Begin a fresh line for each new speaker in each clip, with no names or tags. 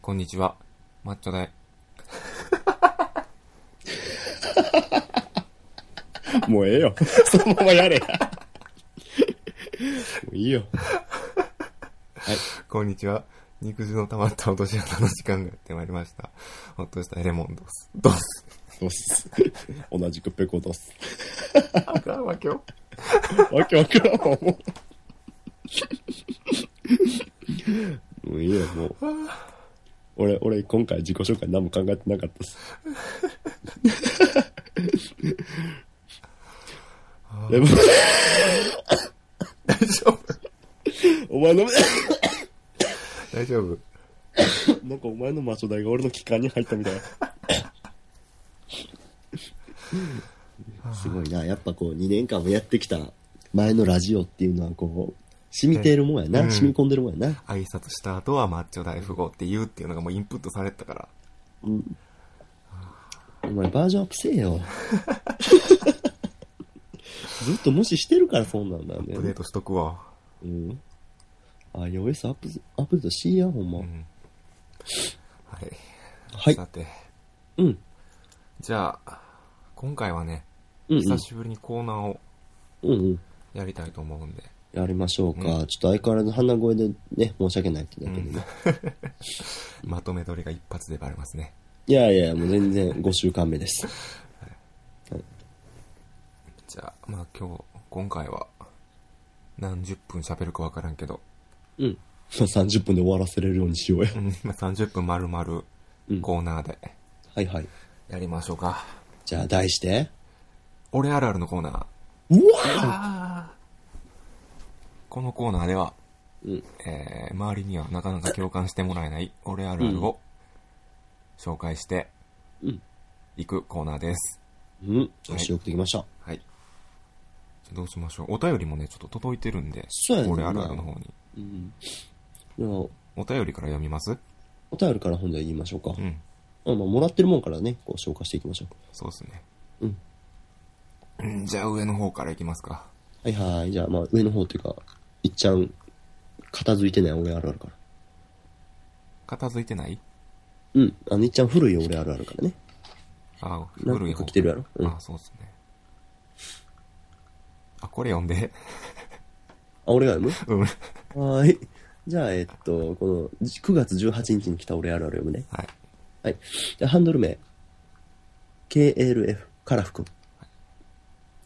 こんにちは。マッチョで。
もうええよ。そのままやれや。もういいよ。
こんにちは。肉汁の溜まった落とし穴の時間がやってまいりました。ほっとしたエレモンドス。ドス。
ドス。同じくペコドス。
あかんわ、今日。
わけわからんわ、もう。もういいよ、もう。俺、俺、今回自己紹介何も考えてなかったっす。でも、
大丈夫
お前の、
大丈夫
なんかお前のマチョ代が俺の期間に入ったみたいな。 すごいな。やっぱこう、2年間もやってきた前のラジオっていうのはこう、染みているもんやな。
うん
染み込んでるもんやな。
挨拶した後はマッチョ大富豪って言うっていうのがもうインプットされてたから。
うん。お前バージョンアップせえ よ。ずっと無視してるからそんなんだよ
アップデー
ね。
トしとくわ。
うん。iOS アップ、アップデートしいや、ほんま。
うん。はい。
はい
さ。て。
うん。
じゃあ、今回はね、
うん、うん
久。しぶりにコーナーを
うんうん。
やりたいと思うんで。
やりましょうか。
う
ちょっと相変わらず鼻声でね、申し訳ないってだけでね。
まとめ撮りが一発でバレますね。
いやいや、もう全然5週間目です。
じゃあ、まあ今日、今回は、何十分喋るかわからんけど、
うん。まあ30分で終わらせれるようにしようや。
うん、まあ30分丸々
うん
コーナーで
はいはい。
やりましょうか。
じゃあ、題して。
俺あるあるのコーナー。
うわ
このコーナーでは、
うん。
えー、周りにはなかなか共感してもらえない俺あるあるを紹介して
うん。
いくコーナーです。
うん。よし、よくできました。
はい。じゃあどうしましょう。お便りもね、ちょっと届いてるんで、
そうやねんな
俺あるあるの方に。
うん。では、
お便りから読みます
お便りから本では言いましょうか。
うん。
うん、まあ、もらってるもんからね、こう消化していきましょ
そうですね。
う。うん。
うんじゃあ上の方からいきますか。
はいはい。じゃあ、まあ、上の方っていうか、いっちゃん、片付いてない俺あるあるから。
片付いてない
うん。あの、いっちゃん古い俺あるあるからね。
あ、
なんか
古い方。
来てるやろうん
あ、そうっすね。あ、これ読んで。
あ、俺が読む
うん。はい。
はーい。じゃあ、えっと、この、9月18日に来た俺あるある読むね。はい。じゃあハンドル名。KLF、カラフ君。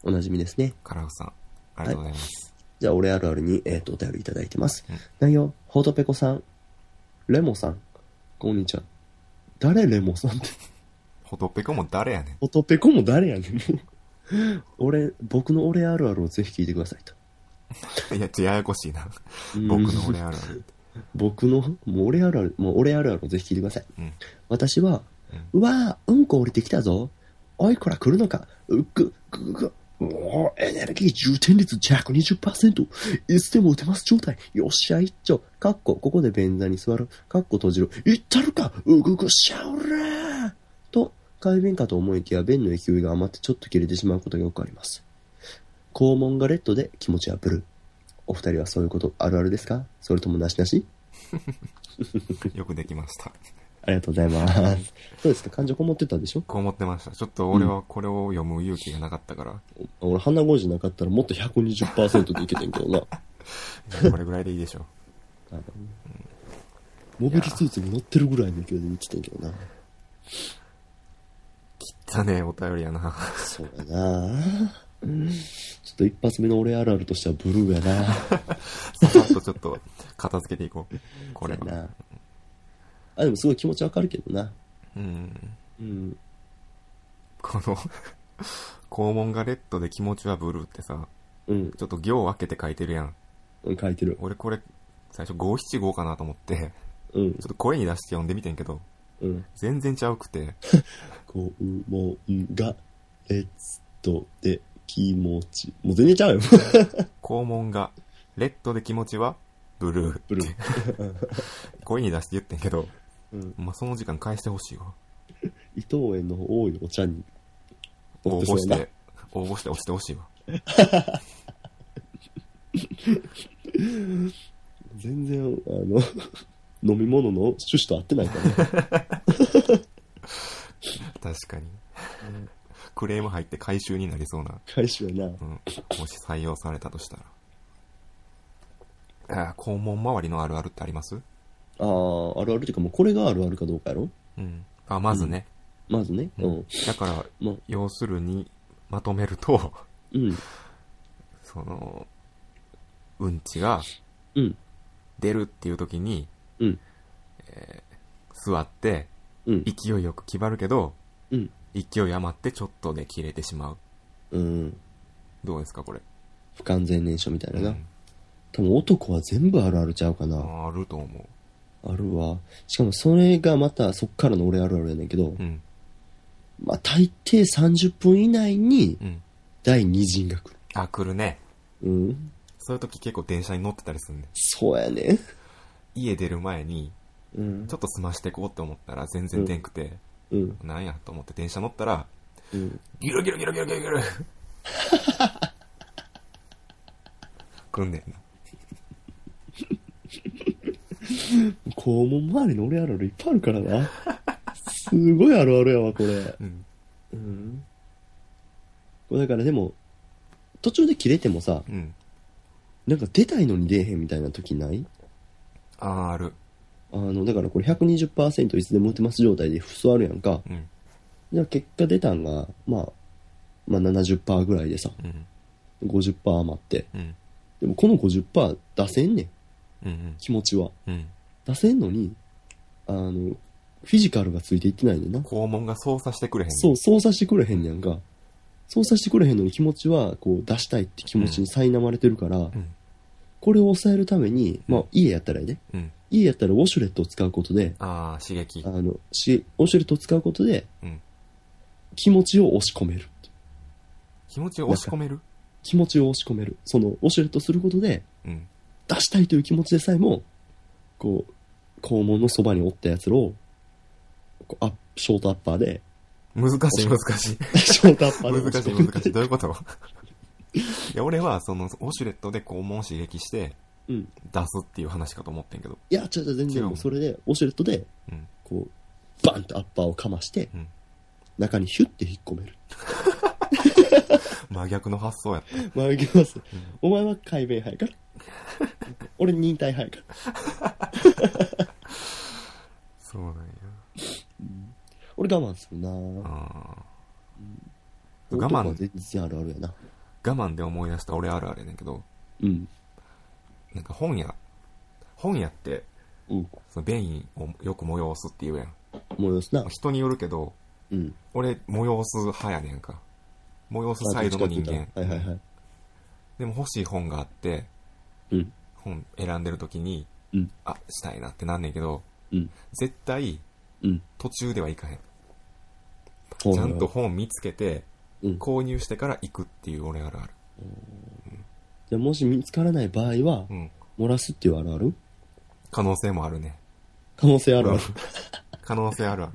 おなじみですね。
カラフさん。ありがとうございます。
じゃあ、俺あるあるに、えっ、と、お便りいただいてます。内容、ほうとぺこさん、レモさん、こんにちは。誰レモさんって。
ほとぺこも誰やねん。
ほうとぺこも誰やねん、もう 俺、僕の俺あるあるをぜひ聞いてくださいと。
いや、ちょ、ややこしいな。
うん
僕の俺あるある。
僕の、もう俺あるある、もう俺あるあるをぜひ聞いてください。
うん。
私は、うわー、うんこ降りてきたぞ。おい、こら来るのか。うっぐ、ぐぐぐ。もうエネルギー充填率120%。いつでも打てます状態。よっしゃ、一丁。かっこ、ここで便座に座る。かっこ閉じる。いったるか。うぐぐしゃおらー。と、改便かと思いきや、便の勢いが余ってちょっと切れてしまうことがよくあります。肛門がレッドで気持ちはブルー。お二人はそういうことあるあるですかそれともなしなし
よくできました。
ありがとうございます。そうですか感情こもってたでしょ
こう思ってました。ちょっと俺はこれを読む勇気がなかった から、
俺、鼻声じゃなかったらもっと120%でいけてんけど な。
これぐらいでいいでしょう。
モビルスーツに乗ってるぐらいの勢いで見ててんけどな。
汚ねえお便りやな。
そうやなうんちょっと一発目の俺あるあるとしてはブルーやな
ささっとちょっと片付けていこう。こ
そう
れ
や
は。
なあ、でもすごい気持ちわかるけどな。
うん。
うん。
この、 肛門がレッドで気持ちはブルーってさ、
うん。
ちょっと行を分けて書いてるやん。
書いてる。
俺これ、最初五七五かなと思って、
うん
ちょ。っと声に出して読んでみてんけど、
うん。
全然ちゃうくて、
こう、もんが、えっと、で、気持ち。もう全然ちゃうよ。
肛門が、レッドで気持ちは、ブルー。
ブルー。
声に出して言ってんけど、
うん。
まあ、その時間返してほしいわ。
伊藤園の多いお茶に。
応募し
そうやな
て、応募して押してほしいわ。
全然、あの、 飲み物の趣旨と合ってないかな。
確かに。クレーム入って回収になりそうな。
返しはな。
うん。もし採用されたとしたら。あー肛門周りのあるあるってあります
ああ、あるあるっていうか、もうこれがあるあるかどうかやろ
うん。あ、まずね。
まずね。
う
うん
ん。だから、
まあ、
要するに、まとめると、
うん。
その、うんちが
うん。
出るっていう時に、
うん。
座って、
うん。
勢いよく決まるけど、
うん。
勢い余ってちょっとで切れてしまう。
うん。
どうですか、これ。
不完全燃焼みたいなな。
うん
多分男は全部あるあるちゃうかな。
あると思
あるわ。しかもそれがまたそっからの俺あるあるやねんけど
う。う、ん。
まあ大抵30分以内に
うん。
第2陣が来る。
あ、来るね。
うん。
そういう時結構電車に乗ってたりするね。
そうやね。
家出る前に、
うん
ちょ。っと済ましてこうって思ったら全然出んくて、
うん。
なんやと思って電車乗ったら、
うん。
ギュルギュルギュルギュルギュルギュル。来んねんな。
肛門周りの俺あるあるいっぱいあるからな。すごいあるあるやわ、これ。
うん。
うん。これだからでも、途中で切れてもさ、
うん。
なんか出たいのに出えへんみたいな時ない
あーある。
あの、だからこれ120%いつでも打てます状態で不あるやんか。
うん。
じゃあ結果出たんが、まあ、まあ70%ぐらいでさ、
うん。
50%余って。
うん。
でもこの50%出せんねん、
うん。
気持ちは。
うん。うん。
出せんのに、あの、フィジカルがついていってないねんな。
肛門が操作してくれへんねん
そう、操作してくれへんねやんか。操作してくれへんのに気持ちは、こう、出したいって気持ちに苛まれてるから、
ん
これを抑えるために、まあ、家やったらやで、ね、
うん。
家やったらウォシュレットを使うことで、
ああ、刺激
あ。の、し、ウォシュレットを使うことで、
うん。
気持ちを押し込める。
気持ちを押し込める
気持ちを押し込める。その、ウォシュレットすることで、
うん。
出したいという気持ちでさえも、こう、肛門のそばにおったやつらを、こうアップショートアッパー で、
難しい難しい。
ショートアッパーで
難
押し
しい
込める。
難しい。どういうこと いや、俺は、その、ウォシュレットで肛門を刺激して、
うん。
出すっていう話かと思ってんけど。
いや、違う違う、全
違
然
う
も
の
うそれで、ウォシュレットで、
うん。
こう、バンとアッパーをかまして、
うん
中にヒュッて引っ込める。
真逆の発想やった。
まあ、いきます。お前は解明派 やから。俺忍耐派やから。
そうなんや。
俺我慢するな
ああ。我
男は
慢、
全然あるあるやな。
我慢で思い出した俺あるあれねんけど、
うん。
なんか本屋、本屋って、
うん。
その便意をよく催すって言うやん。
思いますな。
人によるけど、
うん。
俺、催す派やねんか。催すサイドの人間。
はいはいはい。
でも欲しい本があって、
うん。
本選んでる時に、
うん
あ、したいなってなんねんけど、
うん。
絶対
うん。
途中では行かへん。ちゃんと。本見つけて、
うん。
購入してから行くっていう俺あるある。
じゃあもし見つからない場合は
う、ん。
漏らすっていうあるある
可能性もあるね。
可能性あるある。
可能性あるある。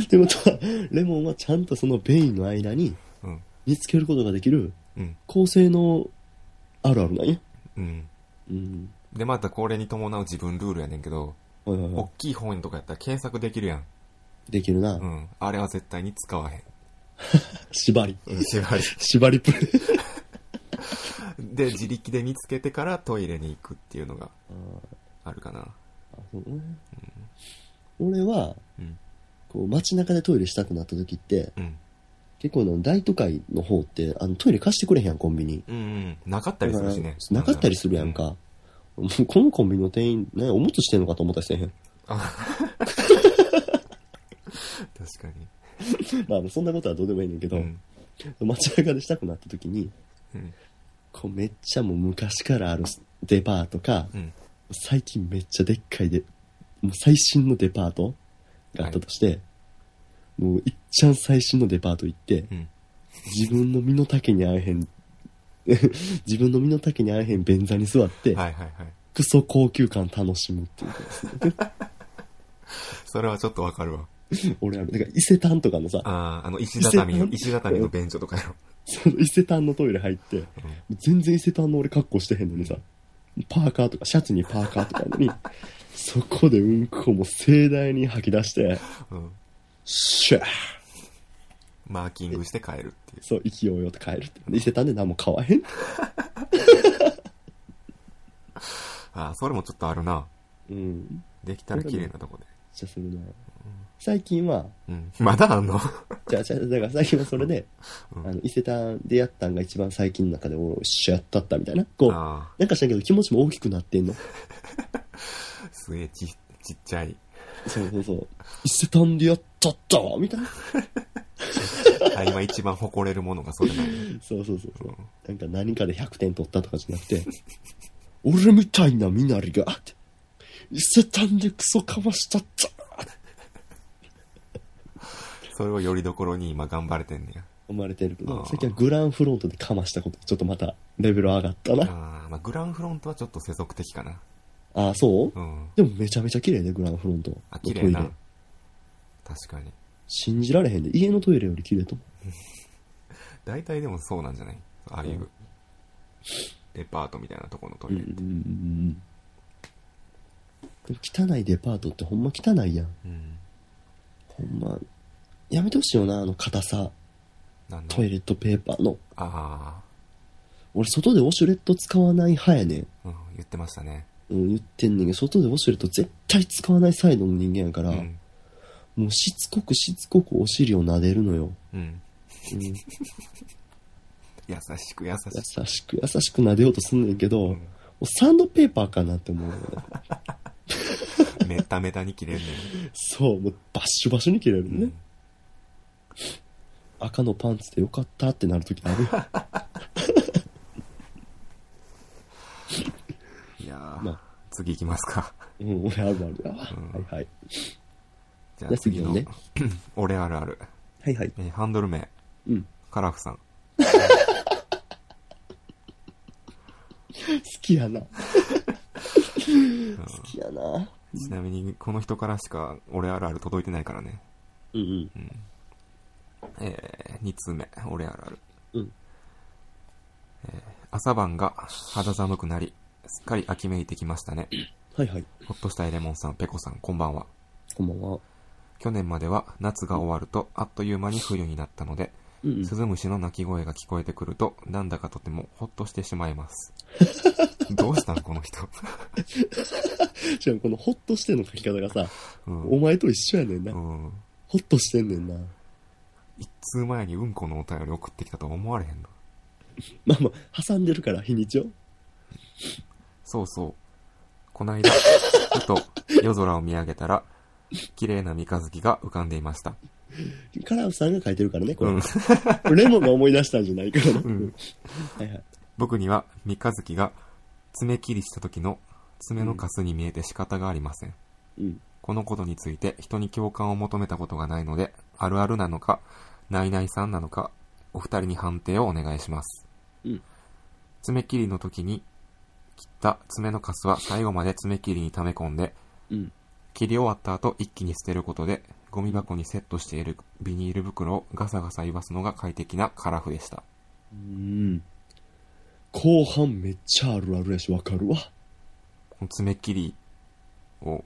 ってことは、レモンはちゃんとそのベインの間に
うん。
見つけることができる
うん。
構成のあるあるなんや。
うん。
うん。
で、またこれに伴う自分ルールやねんけど、
はいはいは
大きい本とかやったら検索できるやん。
い。できるな。
うん。あれは絶対に使わへん。
縛り。
縛り。
縛りプレイ。
で、自力で見つけてからトイレに行くっていうのがあるかな。
あそうね俺は、
うん。
こう街中でトイレしたくなった時って、
うん。
結構あの大都会の方って、あのトイレ貸してくれへんやん、コンビニ。
うんうん。なかったりするしね
だ。からなかったりするやんか。もうこのコンビニの店員、ね、おむつしてんのかと思ったりせえへん。
うん。確かに。
まああの、そんなことはどうでもいいねんだけ
う
ど、
ん。
街中でしたくなった時に、
うん。
こうめっちゃもう昔からあるデパートか、
うん。
最近めっちゃでっかいで、もう最新のデパートがあったとして、もういっちゃん最新のデパート行 って、
うん。
自分の身の丈に合えへん、 自分の身の丈に合えへん便座に座って、
はいはいはい。
クソ高級感楽しむっていう。
それはちょっとわかるわ。
俺あの、だから伊勢丹とかのさ、
ああ、あの、石畳の、
伊勢
石畳の便所とかやろ。
その伊勢丹のトイレ入って、 全然伊勢丹の俺格好してへんのにさ、パーカーとか、シャツにパーカーとかやのに、そこでうんこも盛大に吐き出して、
うん。
シュー
マーキングして帰るっていう。
そう、勢いよって帰るって。伊勢丹で何も買わへん。
ああ、それもちょっとあるな。
うん。
できたら綺麗なとこで。
じゃするな。最近は、
うん。まだあんの
じゃあ、じゃあ、だから最近はそれで、
うん
あの、伊勢丹でやったんが一番最近の中で、おシューやったったみたいな。こう、
あ
なんか知らんけど気持ちも大きくなってんの。
あ、すげえち、ちっちゃい。
そうそうそう。伊勢丹でやったったわみたいな。
あ今一番誇れるものがそれなのね。
そうそうそうそう
うん。
なんか何かで100点取ったとかじゃなくて、俺みたいな身なりが、って伊勢丹でクソかましたった
それをよりどころに今頑張れてんねや。
生まれてるけ
あ
ど、
ー
最近はグランフロントでかましたこと、ちょっとまたレベル上がったな。
ああ、まあグランフロントはちょっと世俗的かな。
ああ、そう
うん。
でもめちゃめちゃ綺麗ね、グランフロント。
あ、
の
綺
ト
麗
イ
な
レ。。
確かに。
信じられへんで、家のトイレより綺麗と思
大体でもそうなんじゃないああいう、
うん
デパートみたいなとこのト
う。
イ
うん
レ
う
っ
ん
て。
うんうん。汚いデパートってほんま汚いやん。
うん。
ほんま、やめてほしいよな、あの硬さ。
なんだ
トイレットペーパーの。
あ
俺、外でウォシュレット使わない派やねん。
あ、うん、言ってましたね。
うん、言ってんねんけど、外でウォシュレット絶対使わないサイドの人間やから、
うん。
もうしつこくしつこくお尻を撫でるのよ。
うん。
うん、優
優しく優し
しく優しく撫でようとすんねんけど、
うん
もうサンドペーパーかなって思 うよね。
く。メタメタに切れんね
そう、もうバッシュバシュに切れるの
ん。う
ね。
ん
赤のパンツでよかったってなるときある。
いやー、
まあ
次行きます か。
うん、俺あるある。あ
ん
はいはい。
じゃ
じゃ
あ
あ次
次
の
の、
ね
俺あるある。
はいはい。
えーハンドル名、
うん。
カラフさん。
好きやな。好きやな。
ちなみに、この人からしか俺あるある届いてないからね。
うんうん。
えー、2通目、俺あるある。
うん
えー朝晩が肌寒くなり、すっかり秋めいてきましたね。
はいはい。
ほっとしたいレモンさん、ペコさん、こんばんは。
こんばんは。
去年までは夏が終わるとあっという間に冬になったので、
うんうん。
スズムシの鳴き声が聞こえてくると、なんだかとてもほっとしてしまい ます。どうしたんこの人。
しかもこのホッとしての書き方がさ、
うん。
お前と一緒やねんな。
うん。
ホッとしてんねんな。
一通前にうんこのお便り送ってきたとは思われへんの。
まあまあ、挟んでるから、日にちを。
そうそう。こないだ、ふと夜空を見上げたら、綺麗な三日月が浮かんでいました。
カラフさんが書いてるからね、こ
う
れ。
ん。
レモンが思い出したんじゃないからな。
ん
はいはい。
僕には三日月が爪切りした時の爪のカスに見えて仕方がありません。
うん。
このことについて人に共感を求めたことがないので、あるあるなのか、ないないさんなのか、お二人に判定をお願いします。
うん
爪切りの時に切った爪のカスは最後まで爪切りに溜め込んで、
うん。
切り終わった後一気に捨てることで、ゴミ箱にセットしているビニール袋をガサガサ言わすのが快適なカラフでした。
うん。後半めっちゃあるあるやし、わかるわ。
この爪切りを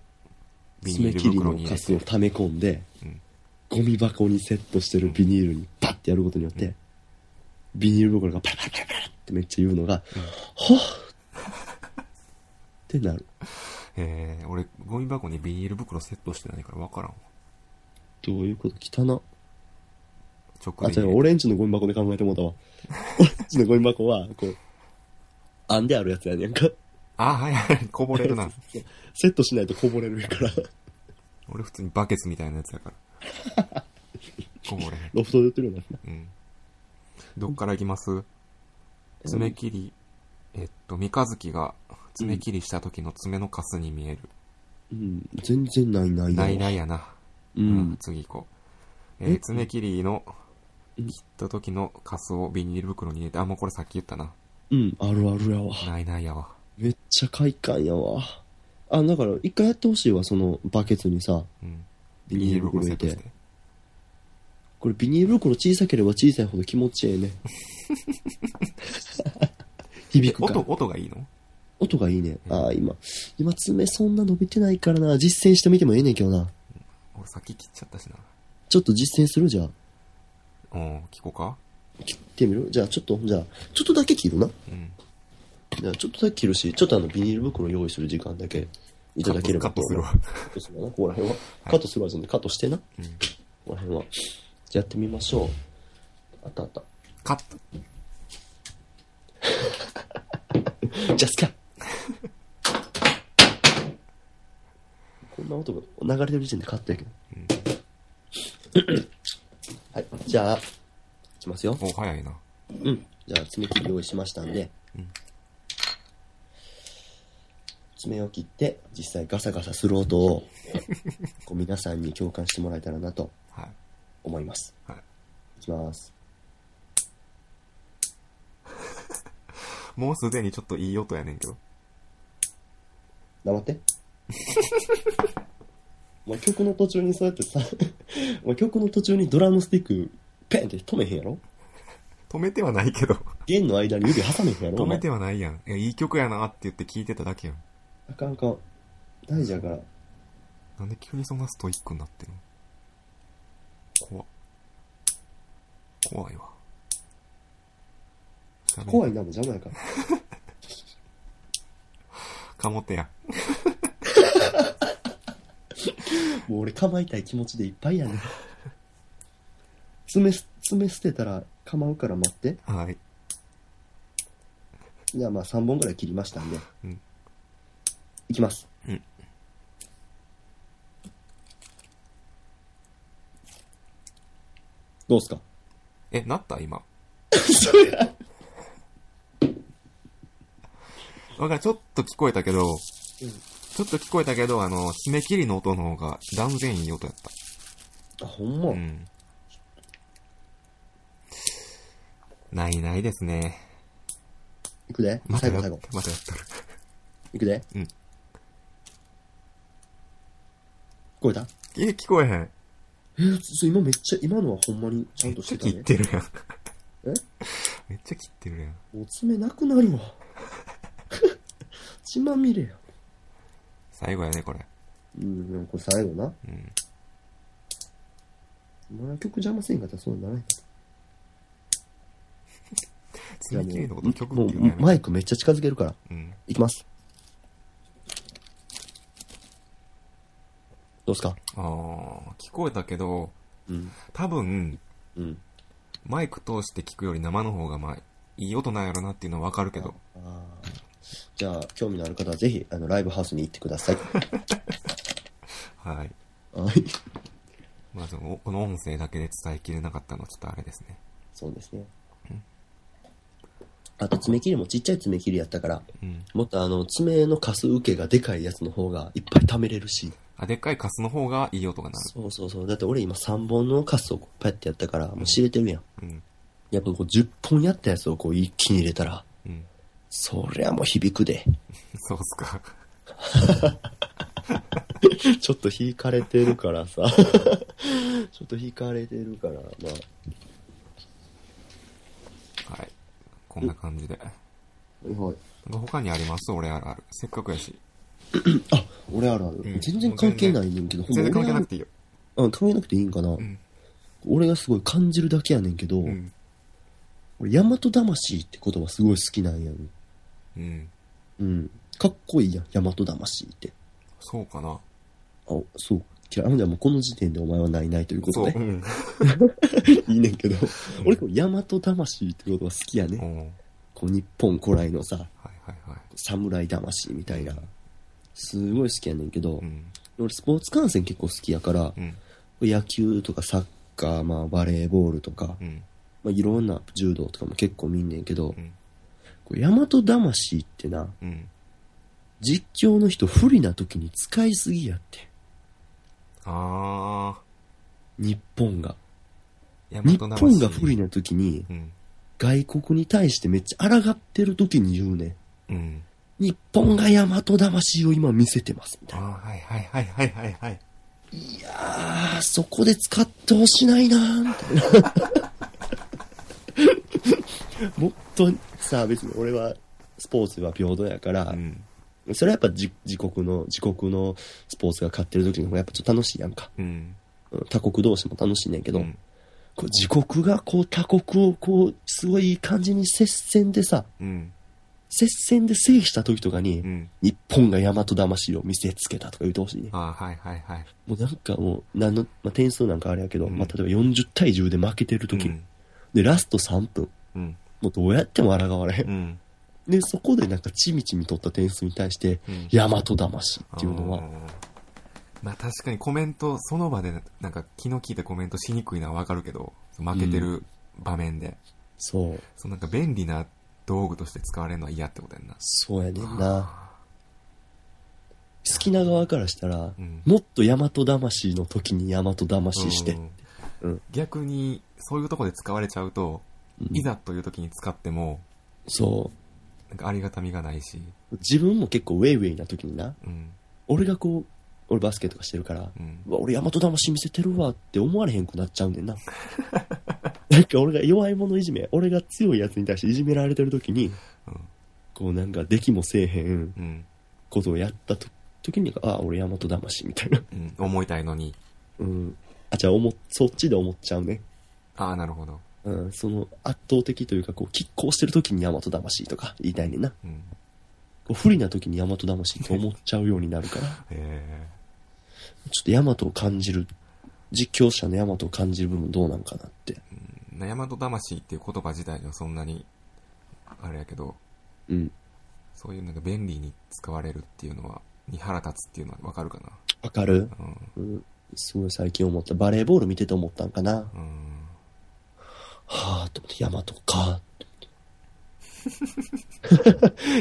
ビニ
爪
ール
切り
袋
の
に入
カ
れ
スを
て、
溜め込んで、
うん
ゴミ箱にセットしてるビニールにバッてやることによって、ビニール袋がパラパラパラパラってめっちゃ言うのが、ほっってなる。
えー、俺ゴミ箱にビニール袋セットしてないからわからんわ。
どういうこと汚っ。
直
あ、
で入れ
違う、
て
オレンジのゴミ箱で考えてもうたわ。オレンジのゴミ箱は、こう、編んであるやつやねんか。
あ、はいはい、こぼれるな。
セットしないとこぼれるから、
俺普通にバケツみたいなやつだから。こぼれへん。
ロフトで売ってるようなやつな。
うん。どっから行きます爪切り、えっと、三日月が爪切りした時の爪のカスに見える。
うん、全然ないないな
ないないやな。
う
うんん、。次行こう。えー爪切りの
うん
切った時のカスをビニール袋に入れて、あ、もうこれさっき言ったな。
うん、あるあるやわ。
ないないやわ。
めっちゃ快感やわ。あ、だから、一回やってほしいわ、そのバケツにさ、
うん。
ビニール袋入
セ
れ
ッ
て
トし。て。
これビニール袋小さければ小さいほど気持ち ええね。響くから
音、音がいいの
音がいいね。ああ、今、今爪そんな伸びてないからな。実践してみてもええねんけどな。
俺先切っちゃったしな。
ちょっと実践するじゃあ。
うん、聞こうか
切ってみるじゃあちょっと、じゃあ、ちょっとだけ切るな。
うん。
じゃあちょっとだけ切るし、ちょっとあのビニール袋用意する時間だけいただければ
カットするわ
カットするわな。ここら辺は。カットするわ、そんでカットしてな。こ
うん。
こら辺は。じゃあやってみましょう。あったあった。
カット
ジャスカ こんな音が流れてる時点でカットやけど。はい、じゃあ、いきますよ。
お、早いな。
うん。じゃあ、爪切り用意しましたんで、
うん
爪を切って、実際ガサガサする音 を、こう皆さんに共感してもらえたらなと
はい。
思います。
はい。
いきます。
もうすでにちょっといい音やねんけど。
黙って。 お前曲の途中にそうやってさ、 お前曲の途中にドラムスティック、ペンって止めへんやろ
止めてはないけど。
弦の間に指挟めへんやろ
止
お前
めてはないやん。いや、いい曲やなって言って聞いてただけやん。
あかんあかん。大事やから。
なんで急にそんなストイックになってるの怖っ怖いわ。
怖
い。
いな、もう邪魔やから。
かもてや。
もう俺構いたい気持ちでいっぱいやねん。爪す、爪捨てたら構うから待って。
はい。
じゃあまあ3本ぐらい切りましたんで。
うん
いきます。
うん
ど うすか
え、なった今。
そりゃ
わかるちょっと聞こえたけど、
うん
ちょっと聞こえたけど、あの、締め切りの音の方が断然いい音やった。
あ、ほんま。
うん。ないないですね。
いくで
また
最後
やっ
最後。
またやったる。
いくで
うん
聞こえた
え、聞こえへん。
えー、ちょ今めっちゃ、今のはほんまにちゃ
め
ん
っ
と
ち
し
ゃ切
てた
っ
ね。
てるやん。
え
めっちゃ切ってるやん。
お爪なくなるわ。 血まみれや。
最後やね、これ。
うん、でもこれ最後な。
うん。
まあ曲邪魔せんかったらそうならない。
締め切りのこと曲
も
っていううのやめ
マイクめっちゃ近づけるから。
うん。
いきます。どうすか
あー、聞こえたけど、
うん。
多分、
うん。
マイク通して聞くより生の方がまあ、いい音なんやろなっていうのはわかるけど。
あーじゃあ、興味のある方はぜひ、あの、ライブハウスに行ってくださ い。
はい。
はい。
まあ、その、この音声だけで伝えきれなかったのはちょっとあれですね。
そうですね
うん。
あと、爪切りもちっちゃい爪切りやったから、
うん。
もっとあの、爪のカス受けがでかいやつの方がいっぱい貯めれるし。
あ、でっかいカスの方がいい音が鳴
そうそうそう。だって俺今3本のカスをパッてやったから、もう知れてるやん。
る。うん。
やっぱこう10本やったやつをこう一気に入れたら、
うん。
そりゃもう響くで。
そうっすか。
ちょっと引かれてるから さ。ちょっと引かれてるから、まあ。
はい。こんな感じで。
はい、
なんか他にあります俺あるある。せっかくやし。
あ、俺あるある、
うん
全然関係ないねんけど、
全然関係なく
て。
ていいよ。
うん、関係なくていいんかな、
ん
俺がすごい感じるだけやねんけど、
うん。
俺、大和魂って言葉すごい好きなんやん。
うん。
うん。かっこいいやん、大和魂って。
そうかな。
あ、そう。嫌いあ、じゃあもうこの時点でお前はないないということ
そう。
で
う。ん。
いいねんけど、俺こう、大和魂ってことは好きや
お
ね。
ー
こう、日本古来のさ、
はいはいはい。
侍魂みたいな。すごい好きやねんけど
う、ん。
俺スポーツ観戦結構好きやから
う、ん。
野球とかサッカー、まあバレーボールとか
う、ん。
まあいろんな柔道とかも結構見んねんけど
う、ん。
こう大和魂ってな、
うん。
実況の人不利な時に使いすぎやって。
あ
日本が。
ー。
日本が不利
な。
な時に、
うん。
外国に対してめっちゃ抗ってる時に言うね
う
ん。
ん。
日本が大和魂を今見せてますみた
あ
いな。
ー、はいはいはいはいはいはい。
ああ、そこで使ってほしないなーみ たいな。もっとさ、別に俺はスポーツは平等やから、
うん。
それはやっぱ自自国の、自国のスポーツが勝ってる時の方がやっぱちょっと楽しいやんか。
うん。
うん他国同士も楽しいねんけ
う
ど、
ん。
こう自国がこう他国をこう、すごいいい感じに接戦でさ、
うん。
接戦で制した時とかに、
うん。
日本が大和魂を見せつけたとか言ってほしいね。
ああ、はいはいはい。
もうなんかもう、なんの、まあ、点数なんかあれやけど、
うん
まあ、例えば40対10で負けてる時、
うん。
で、ラスト3分、
うん。
もうどうやっても抗われへん。
うん。
で、そこでなんかちみちみ取った点数に対して、
うん
大和魂っていうの
あ
は、
ー。まあ確かにコメント、その場でなんか気の利いたコメントしにくいのはわかるけど、負けてる場面で、
そう、
そのなんか便利な道具として使われるのは嫌ってことやんな。
そうやねんな。好きな側からしたら、
うん
もっと大和魂の時に大和魂して
う、ん
うん
逆に、そういうとこで使われちゃうと、
うん
いざという時に使っても、
そ
なんかありがたみがないし、
う、自分も結構ウェイウェイな時にな、
うん、
俺がこう、俺バスケとかしてるから、
うん
う、わ、俺大和魂見せてるわって思われへんくなっちゃうねんな。 なんか俺が弱い者いじめ、俺が強いやつに対していじめられてる時に、
うん
こうなんかできもせえへん
うん、
ことをやったと時に、あ、俺大和魂みたいな。
うん、思いたいのに、
うん。あ、じゃあ思っ、そっちで思っちゃうね。
ああ、なるほど。
うん、その圧倒的というか、こう、拮抗してる時に大和魂とか言いたいねんな。
うん、
こう不利な時に大和魂と思っちゃうようになるから。
え
ちょっとヤマトを感じる、実況者のヤマトを感じる部分どうなんかなって。
ー、大和魂っていう言葉自体はそんなに、あれやけど、
うん。
そういうなんか便利に使われるっていうのは、に腹立つっていうのはわかるか
わかる
な。うん、
うん。すごい最近思った。バレーボール見てて思ったんかな。
うん、
はぁ、と思って、ヤマトか。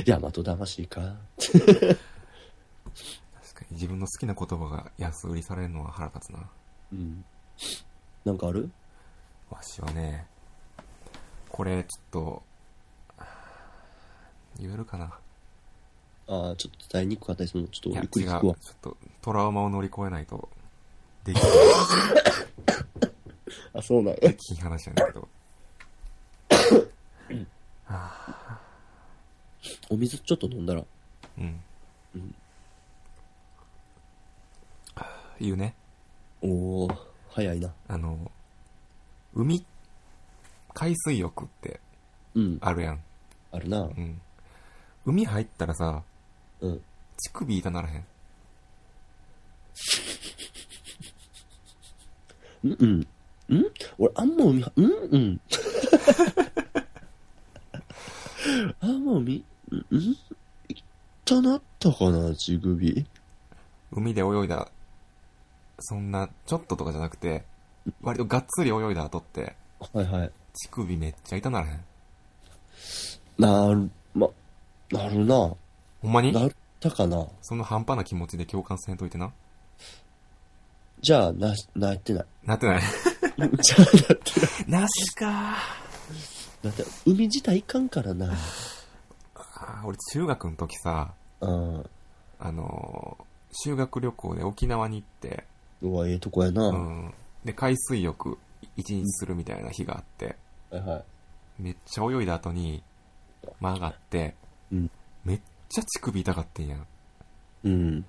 ヤマト魂か。
確かに自分の好きな言葉が安売りされるのは腹立つな。
うん。なんかある
わしはね、これちょっと、言えるかな。
ああ、ちょっと伝えにくかったりするの、ちょっ
いや、違
とゆっ
う。
くり
ち
聞
ょっ
くわ。
とトラウマを乗り越えないと、できない、
あ、そうなん
できん話なんだけど。
お水ちょっと飲んだら。
うん
うん。
言うね。
おー、早いな。
あの、海、海水浴って
うん、
あるやん。
あるな
う。ん。海入ったらさ、
うん。
乳首痛ならへん。
うんうん。うん俺、あんま海は、うんうん。 あんま海、うんうんいったなったかな、乳首。
海で泳いだ、そんな、ちょっととかじゃなくて、割とがっつり泳いだ後って、
はいはい。
乳首めっちゃ痛ならへん。
なる、ま、なるな。
ほんまに
なったかな。
その半端な気持ちで共感せんといてな。
じゃあ、な、なってない。
なってない。
うん じゃあ、なって、
なしか
なって、海自体いかんからな。
あー俺中学の時さ、
うん。
あのー修学旅行で沖縄に行って、
うわ、ええとこやな。
う
は
ん。で、海水浴一日するみたいな日があって、
いは
めっちゃ泳いだ後に曲がって、
うん
めっちゃ乳首痛かってんやん。
い。うん。
で、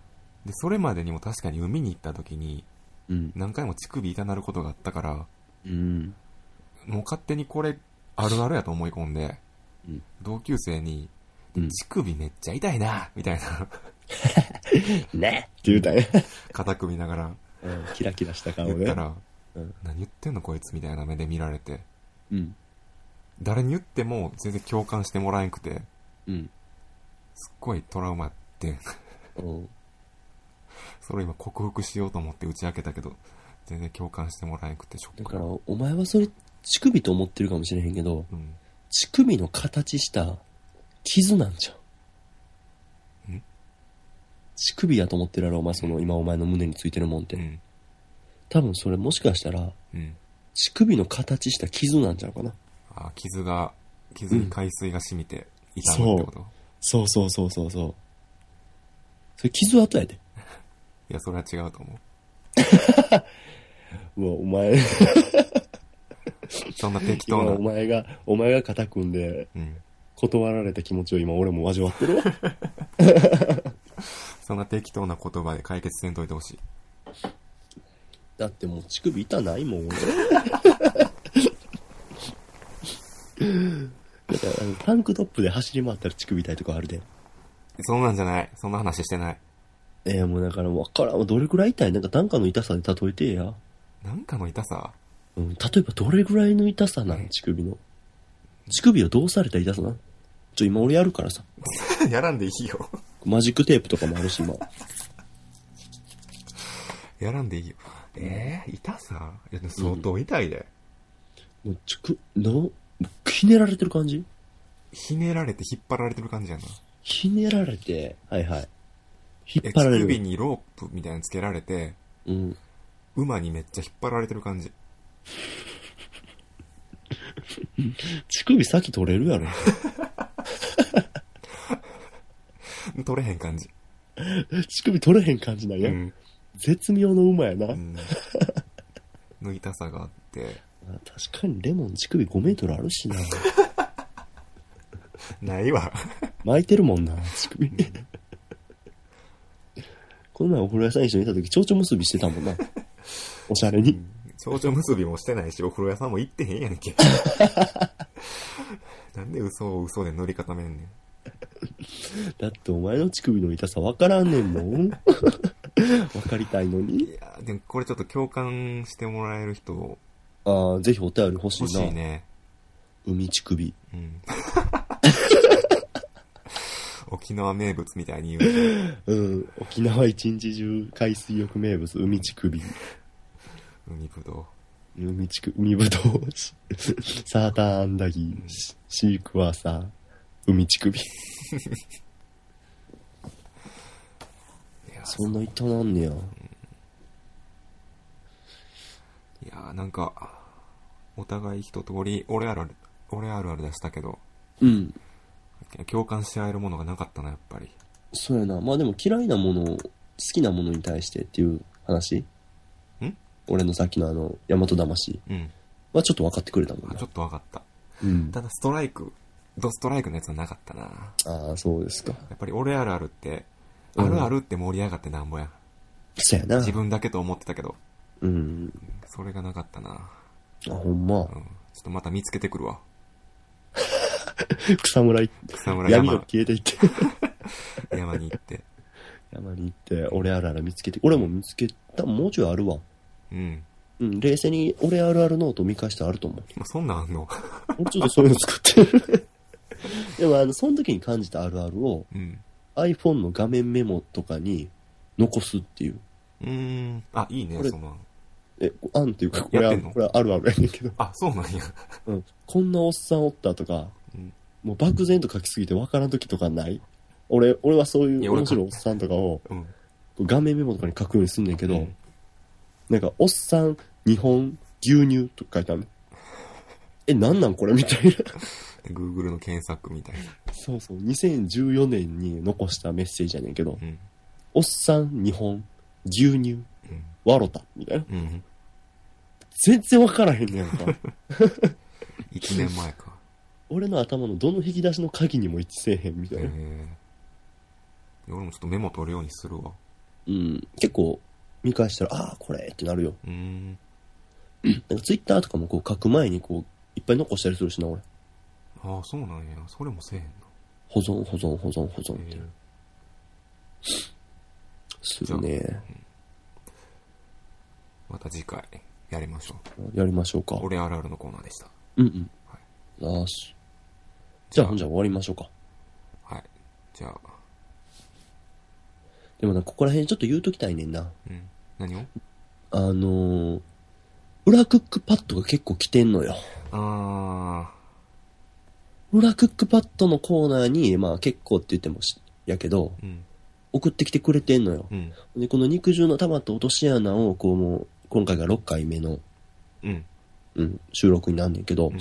それまでにも確かに海に行った時に
うん。
何回も乳首痛なることがあったから、
うん。
もう勝手にこれあるあるやと思い込んで、
うん
同級生に、
うん
乳首めっちゃ痛いなみたいな、
ねって言うたね。
肩組みながら
うん。キラキラした顔
言っ
ね
た。ら、
うん
何言ってんのこいつみたいな目で見られて、
うん。
誰に言っても全然共感してもらえんくて、
うん。
すっごいトラウマやってん、
おう
それ今克服しようと思って打ち明けたけど、全然共感してもらえんくてショッ
だ
ク
から、お前はそれ、乳首と思ってるかもしれへんけど、
うん。
乳首の形した傷なんじゃん
ん。
乳首やと思ってるやろ、お前、その、今お前の胸についてるもんっ
う
て。
ん。
多分それもしかしたら、
うん。
乳首の形した傷なんちゃうかな。
あー傷が、傷に海水が染みて痛むってこと、
そうそうそうそうそう。それ傷跡やで。
いや、それは違うと思
うわ、お前、
う。そんな適
今
当な
お。前が、お前が肩組んで、
うん。
断られた気持ちを今俺も味わってるわ。
そんな適当な言葉で解決せんといてほしい。
だってもう乳首痛ないもん、俺。だからあのタンクトップで走り回ったら乳首痛いとかあるで。
そんなんじゃない。そんな話してない。
えー、もうだから分からん。どれくらい痛いなんか短歌の痛さで例えてえや。
なんかの痛さ
うん、例えばどれぐらいの痛さなん乳首の。乳首をどうされた痛さなんちょ、今俺やるからさ。
やらんでいいよ。
マジックテープとかもあるし、今。
やらんでいいよ。えー、痛さいや、でも相当痛いで。
もう、ちく、な、ひねられてる感じ
ひねられて引っ張られてる感じやな。
ひねられて、はいはい。引
え、
っ張られ
乳首
る。
にロープみたいなのつけられて、
うん。
馬にめっちゃ引っ張られてる感じ。
乳首先取れる やろ。
取れへん感じ。
乳首取れへん感じなん
う
や。
ん。
絶妙の馬やな。
うん。 の痛さがあって、
確かにレモン乳首5メートルあるしな。
ないわ。
巻いてるもんな、乳首。 この前お風呂屋さん一緒にいた時、蝶々結びしてたもん な。おしゃれに。
蝶々結びもしてないし、お風呂屋さんも行ってへんやん け。なんで嘘を嘘で塗り固めんねん。
だってお前の乳首の痛さ分からんねんも ん。分かりたいのに
い。やーでもこれちょっと共感してもらえる人欲
ああ、ぜひお便り欲しい
し
な。
いね。
海乳首。
うん。 沖縄名物みたいに言う。
うん。沖縄一日中海水浴名物、海乳首。
海ぶど
海乳首、海ぶどう、し サーターアンダギー、しシークワーサー、海乳首。
う。いやー
そんな痛なんねや。
いやーなんか、お互い一通り、俺あるある、俺あるある出したけど、
うん。
共感し合えるものがなかったな、やっぱり。
そうやな。まあでも嫌いなものを、好きなものに対してっていう話
ん
俺のさっきのあの、大和魂
うん。
はちょっと分かってくれたもん
あ
な
ちょ。っとわかった。
うん。
ただストライク、ドストライクのやつはなかったな。
ああ、そうですか。
やっぱり俺あるあるって、
うん
あるあるって盛り上がってなんぼや。
そうやな
自。分だけと思ってたけど、
うん。
それがなかったな。
あ、ほんま
う。ん。ちょっとまた見つけてくるわ。
草むら行って、
草むら
闇を
山、
消えていって。
山に行 って。
山に行って、俺あるある見つけて、俺も見つけた、もうちょいあるわ。
うん。
うん、冷静に俺あるあるノート見返してあると思う。
まあそんなんあん の
俺ちょっとそういうの作ってる。 でもあの、その時に感じたあるあるを
うん。
iPhone の画面メモとかに残すっていう。
うーん。あ、いいね
こ、れ
そんなん。
え、あんっていうか、これ
やっ
は、
てんの
これはあるあるやねんけど、
あ、そうなんや。
うん。こんなおっさんおったとか、
うん
もう漠然と書きすぎてわからん時とかない俺、俺はそう
い
いう
や俺
面白いおっさんとかを、
うん。
こう画面メモとかに書くようにすんねんけど、
うん
なんか、おっさん、日本、牛乳とか書いてあるの。え、なんなんこれみたいな。
Google の検索みたいな。
そうそう、2014年に残したメッセージやねんけど
う、ん。
おっさん、日本、牛乳、
うん。
わろた、みたいな。
うん。
全然わからへんね やんか。
1年前 か。
俺の頭のどの引き出しの鍵にも一致せえへん、みたいな。
ええ俺もちょっとメモ取るようにするわ。
うん、結構、見返したら、ああ、これってなるよ。
うーん。
なんかツイッターとかもこう書く前にこう、いっぱい残したりするしな、俺。
ああ、そうなんや。それもせえへんな。
保存、保存、保存、保存って
え。
するね。
えまた次回、やりましょう。
やりましょうか。
俺あるあるのコーナーでした。
うんうん。よし。じゃあ、ほんじゃ終わりましょうか。
はい。じゃあ、
でもな、ここら辺ちょっと言うときたいねんな。
うん。何を
あのー、裏クックパッドが結構来てんのよ。
あ
裏クックパッドのコーナーに、まあ結構って言ってもし、やけど、
ー、うん。
送ってきてくれてんのよ
う。ん。
で、この肉汁の玉と落とし穴を、こうもう、今回が6回目の、
うん。
うん、収録になんねんけど、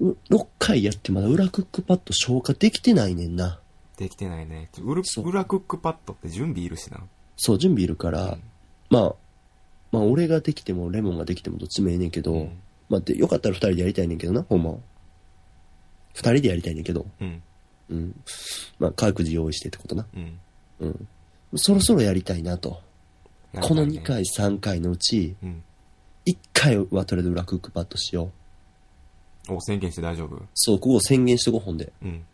う6回やってまだ裏クックパッド消化できてないねんな。
できてないね。ちょ裏
そう
裏クックパッドって準備いるしな。
そう、準備いるから、
うん
まあ、まあ俺ができてもレモンができてもどっちもええねんけど、
うん
まあで、よかったら二人でやりたいねんけどな、ほんまは。二人でやりたいねんけど、
うん。
うん。まあ、各自用意してってことな。
うん。
うん。そろそろやりたいなと。
やりたいね
この2回、3回のうち、
うん。
1回はとりあえず裏クックパッドしよう。
お、宣言して大丈夫
そう、ここを宣言してこ本で。
うん。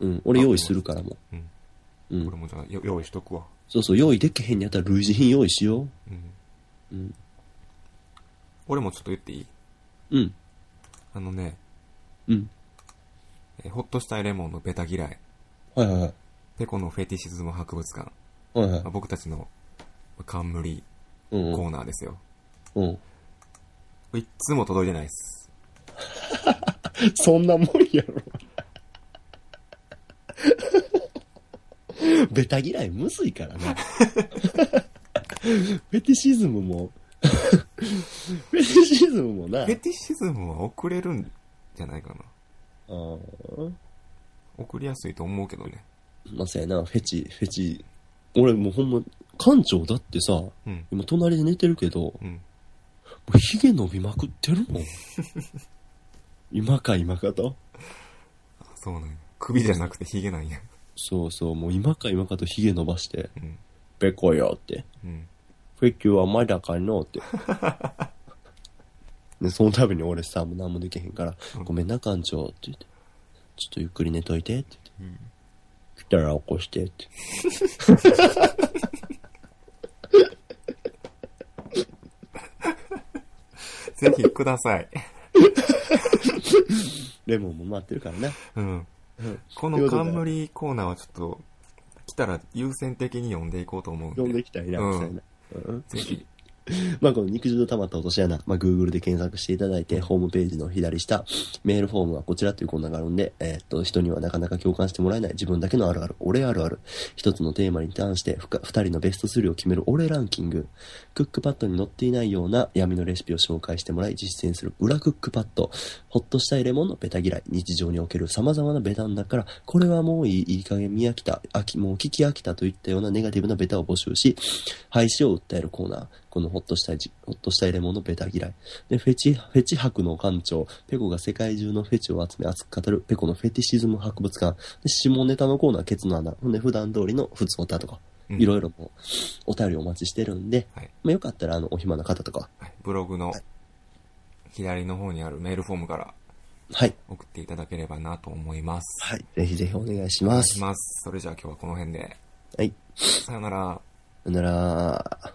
うん、俺用意するからも
うん。
う。うん
俺。もじゃあ、よ用意しとくわ。
そうそう、用意できへんにあったら類似品用意しよ
うん。
う。うん。
俺もちょっと言っていい
うん。
あのね、
うん。
えーほっとしたいレモンのベタ嫌い。
はいはいはい。
ペコのフェティシズム博物館。
はいはい
まあ。僕たちの冠
うん
コーナーですよ。
うん。うん。
いっつも届いてないっす。
そんなもんやろ。 ベタ嫌いむずいからな。 フェティシズムも、 フェティシズムもな。
フェティシズムは遅れるんじゃないかな。
あー
送りやすいと思うけどね。
まあ、そうやな、フェチ、フェチ。俺もうほんま、館長だってさ、
うん。
今隣で寝てるけど、も
うん。
うヒゲ伸びまくってる もん。今か今かと。
あそうなんや。首じゃなくてヒゲなんや。
そうそう、もう今か今かとヒゲ伸ばして、
うん。
ペコよって。
うん。
フェキュはまだか のって。で、そのたびに俺さ、もう何もできへんから、
うん
ごめんな、館長って言って。ちょっとゆっくり寝といてって言って。
うん。
来たら起こしてって。
ぜひください。
レモンも待ってるからな。
うん。
うん
この冠コーナーはちょっと、来たら優先的に読んでいこうと思うんで。
呼んでいきたいな、
うん
みたいな。うん
ぜひ。
まあ、この肉汁の溜まった落とし穴、まあ、Google で検索していただいて、ホームページの左下、メールフォームはこちらというコーナーがあるんで、えーっと、人にはなかなか共感してもらえない自分だけのあるある、俺あるある、一つのテーマに関して、ふか二人のベスト3を決める俺ランキング、クックパッドに載っていないような闇のレシピを紹介してもらい、実践する裏クックパッド、ほっとしたいレモンのベタ嫌い、日常における様々なベタの中から、これはもういい、いい加減見飽きた、飽き、もう聞き飽きたといったようなネガティブなベタを募集し、廃止を訴えるコーナー。このほっとしたいじ、ほっとしたいレモンのベタ嫌い。で、フェチ、フェチ博の館長、ペコが世界中のフェチを集め熱く語る、ペコのフェティシズム博物館。で、下ネタのコーナー、ケツの穴。ほんで、普段通りの普通オタとか、
うん
いろいろもう、お便りお待ちしてるんで、
はい
まあよかったら、あの、お暇な方とか、
はいブログの
はい
左の方にあるメールフォームから
はい。
送っていただければなと思います。
はい。ぜひぜひお願いし
お願
ま
いし
す。
ます。それじゃあ今日はこの辺で。
はい。
さよなら。
さよなら。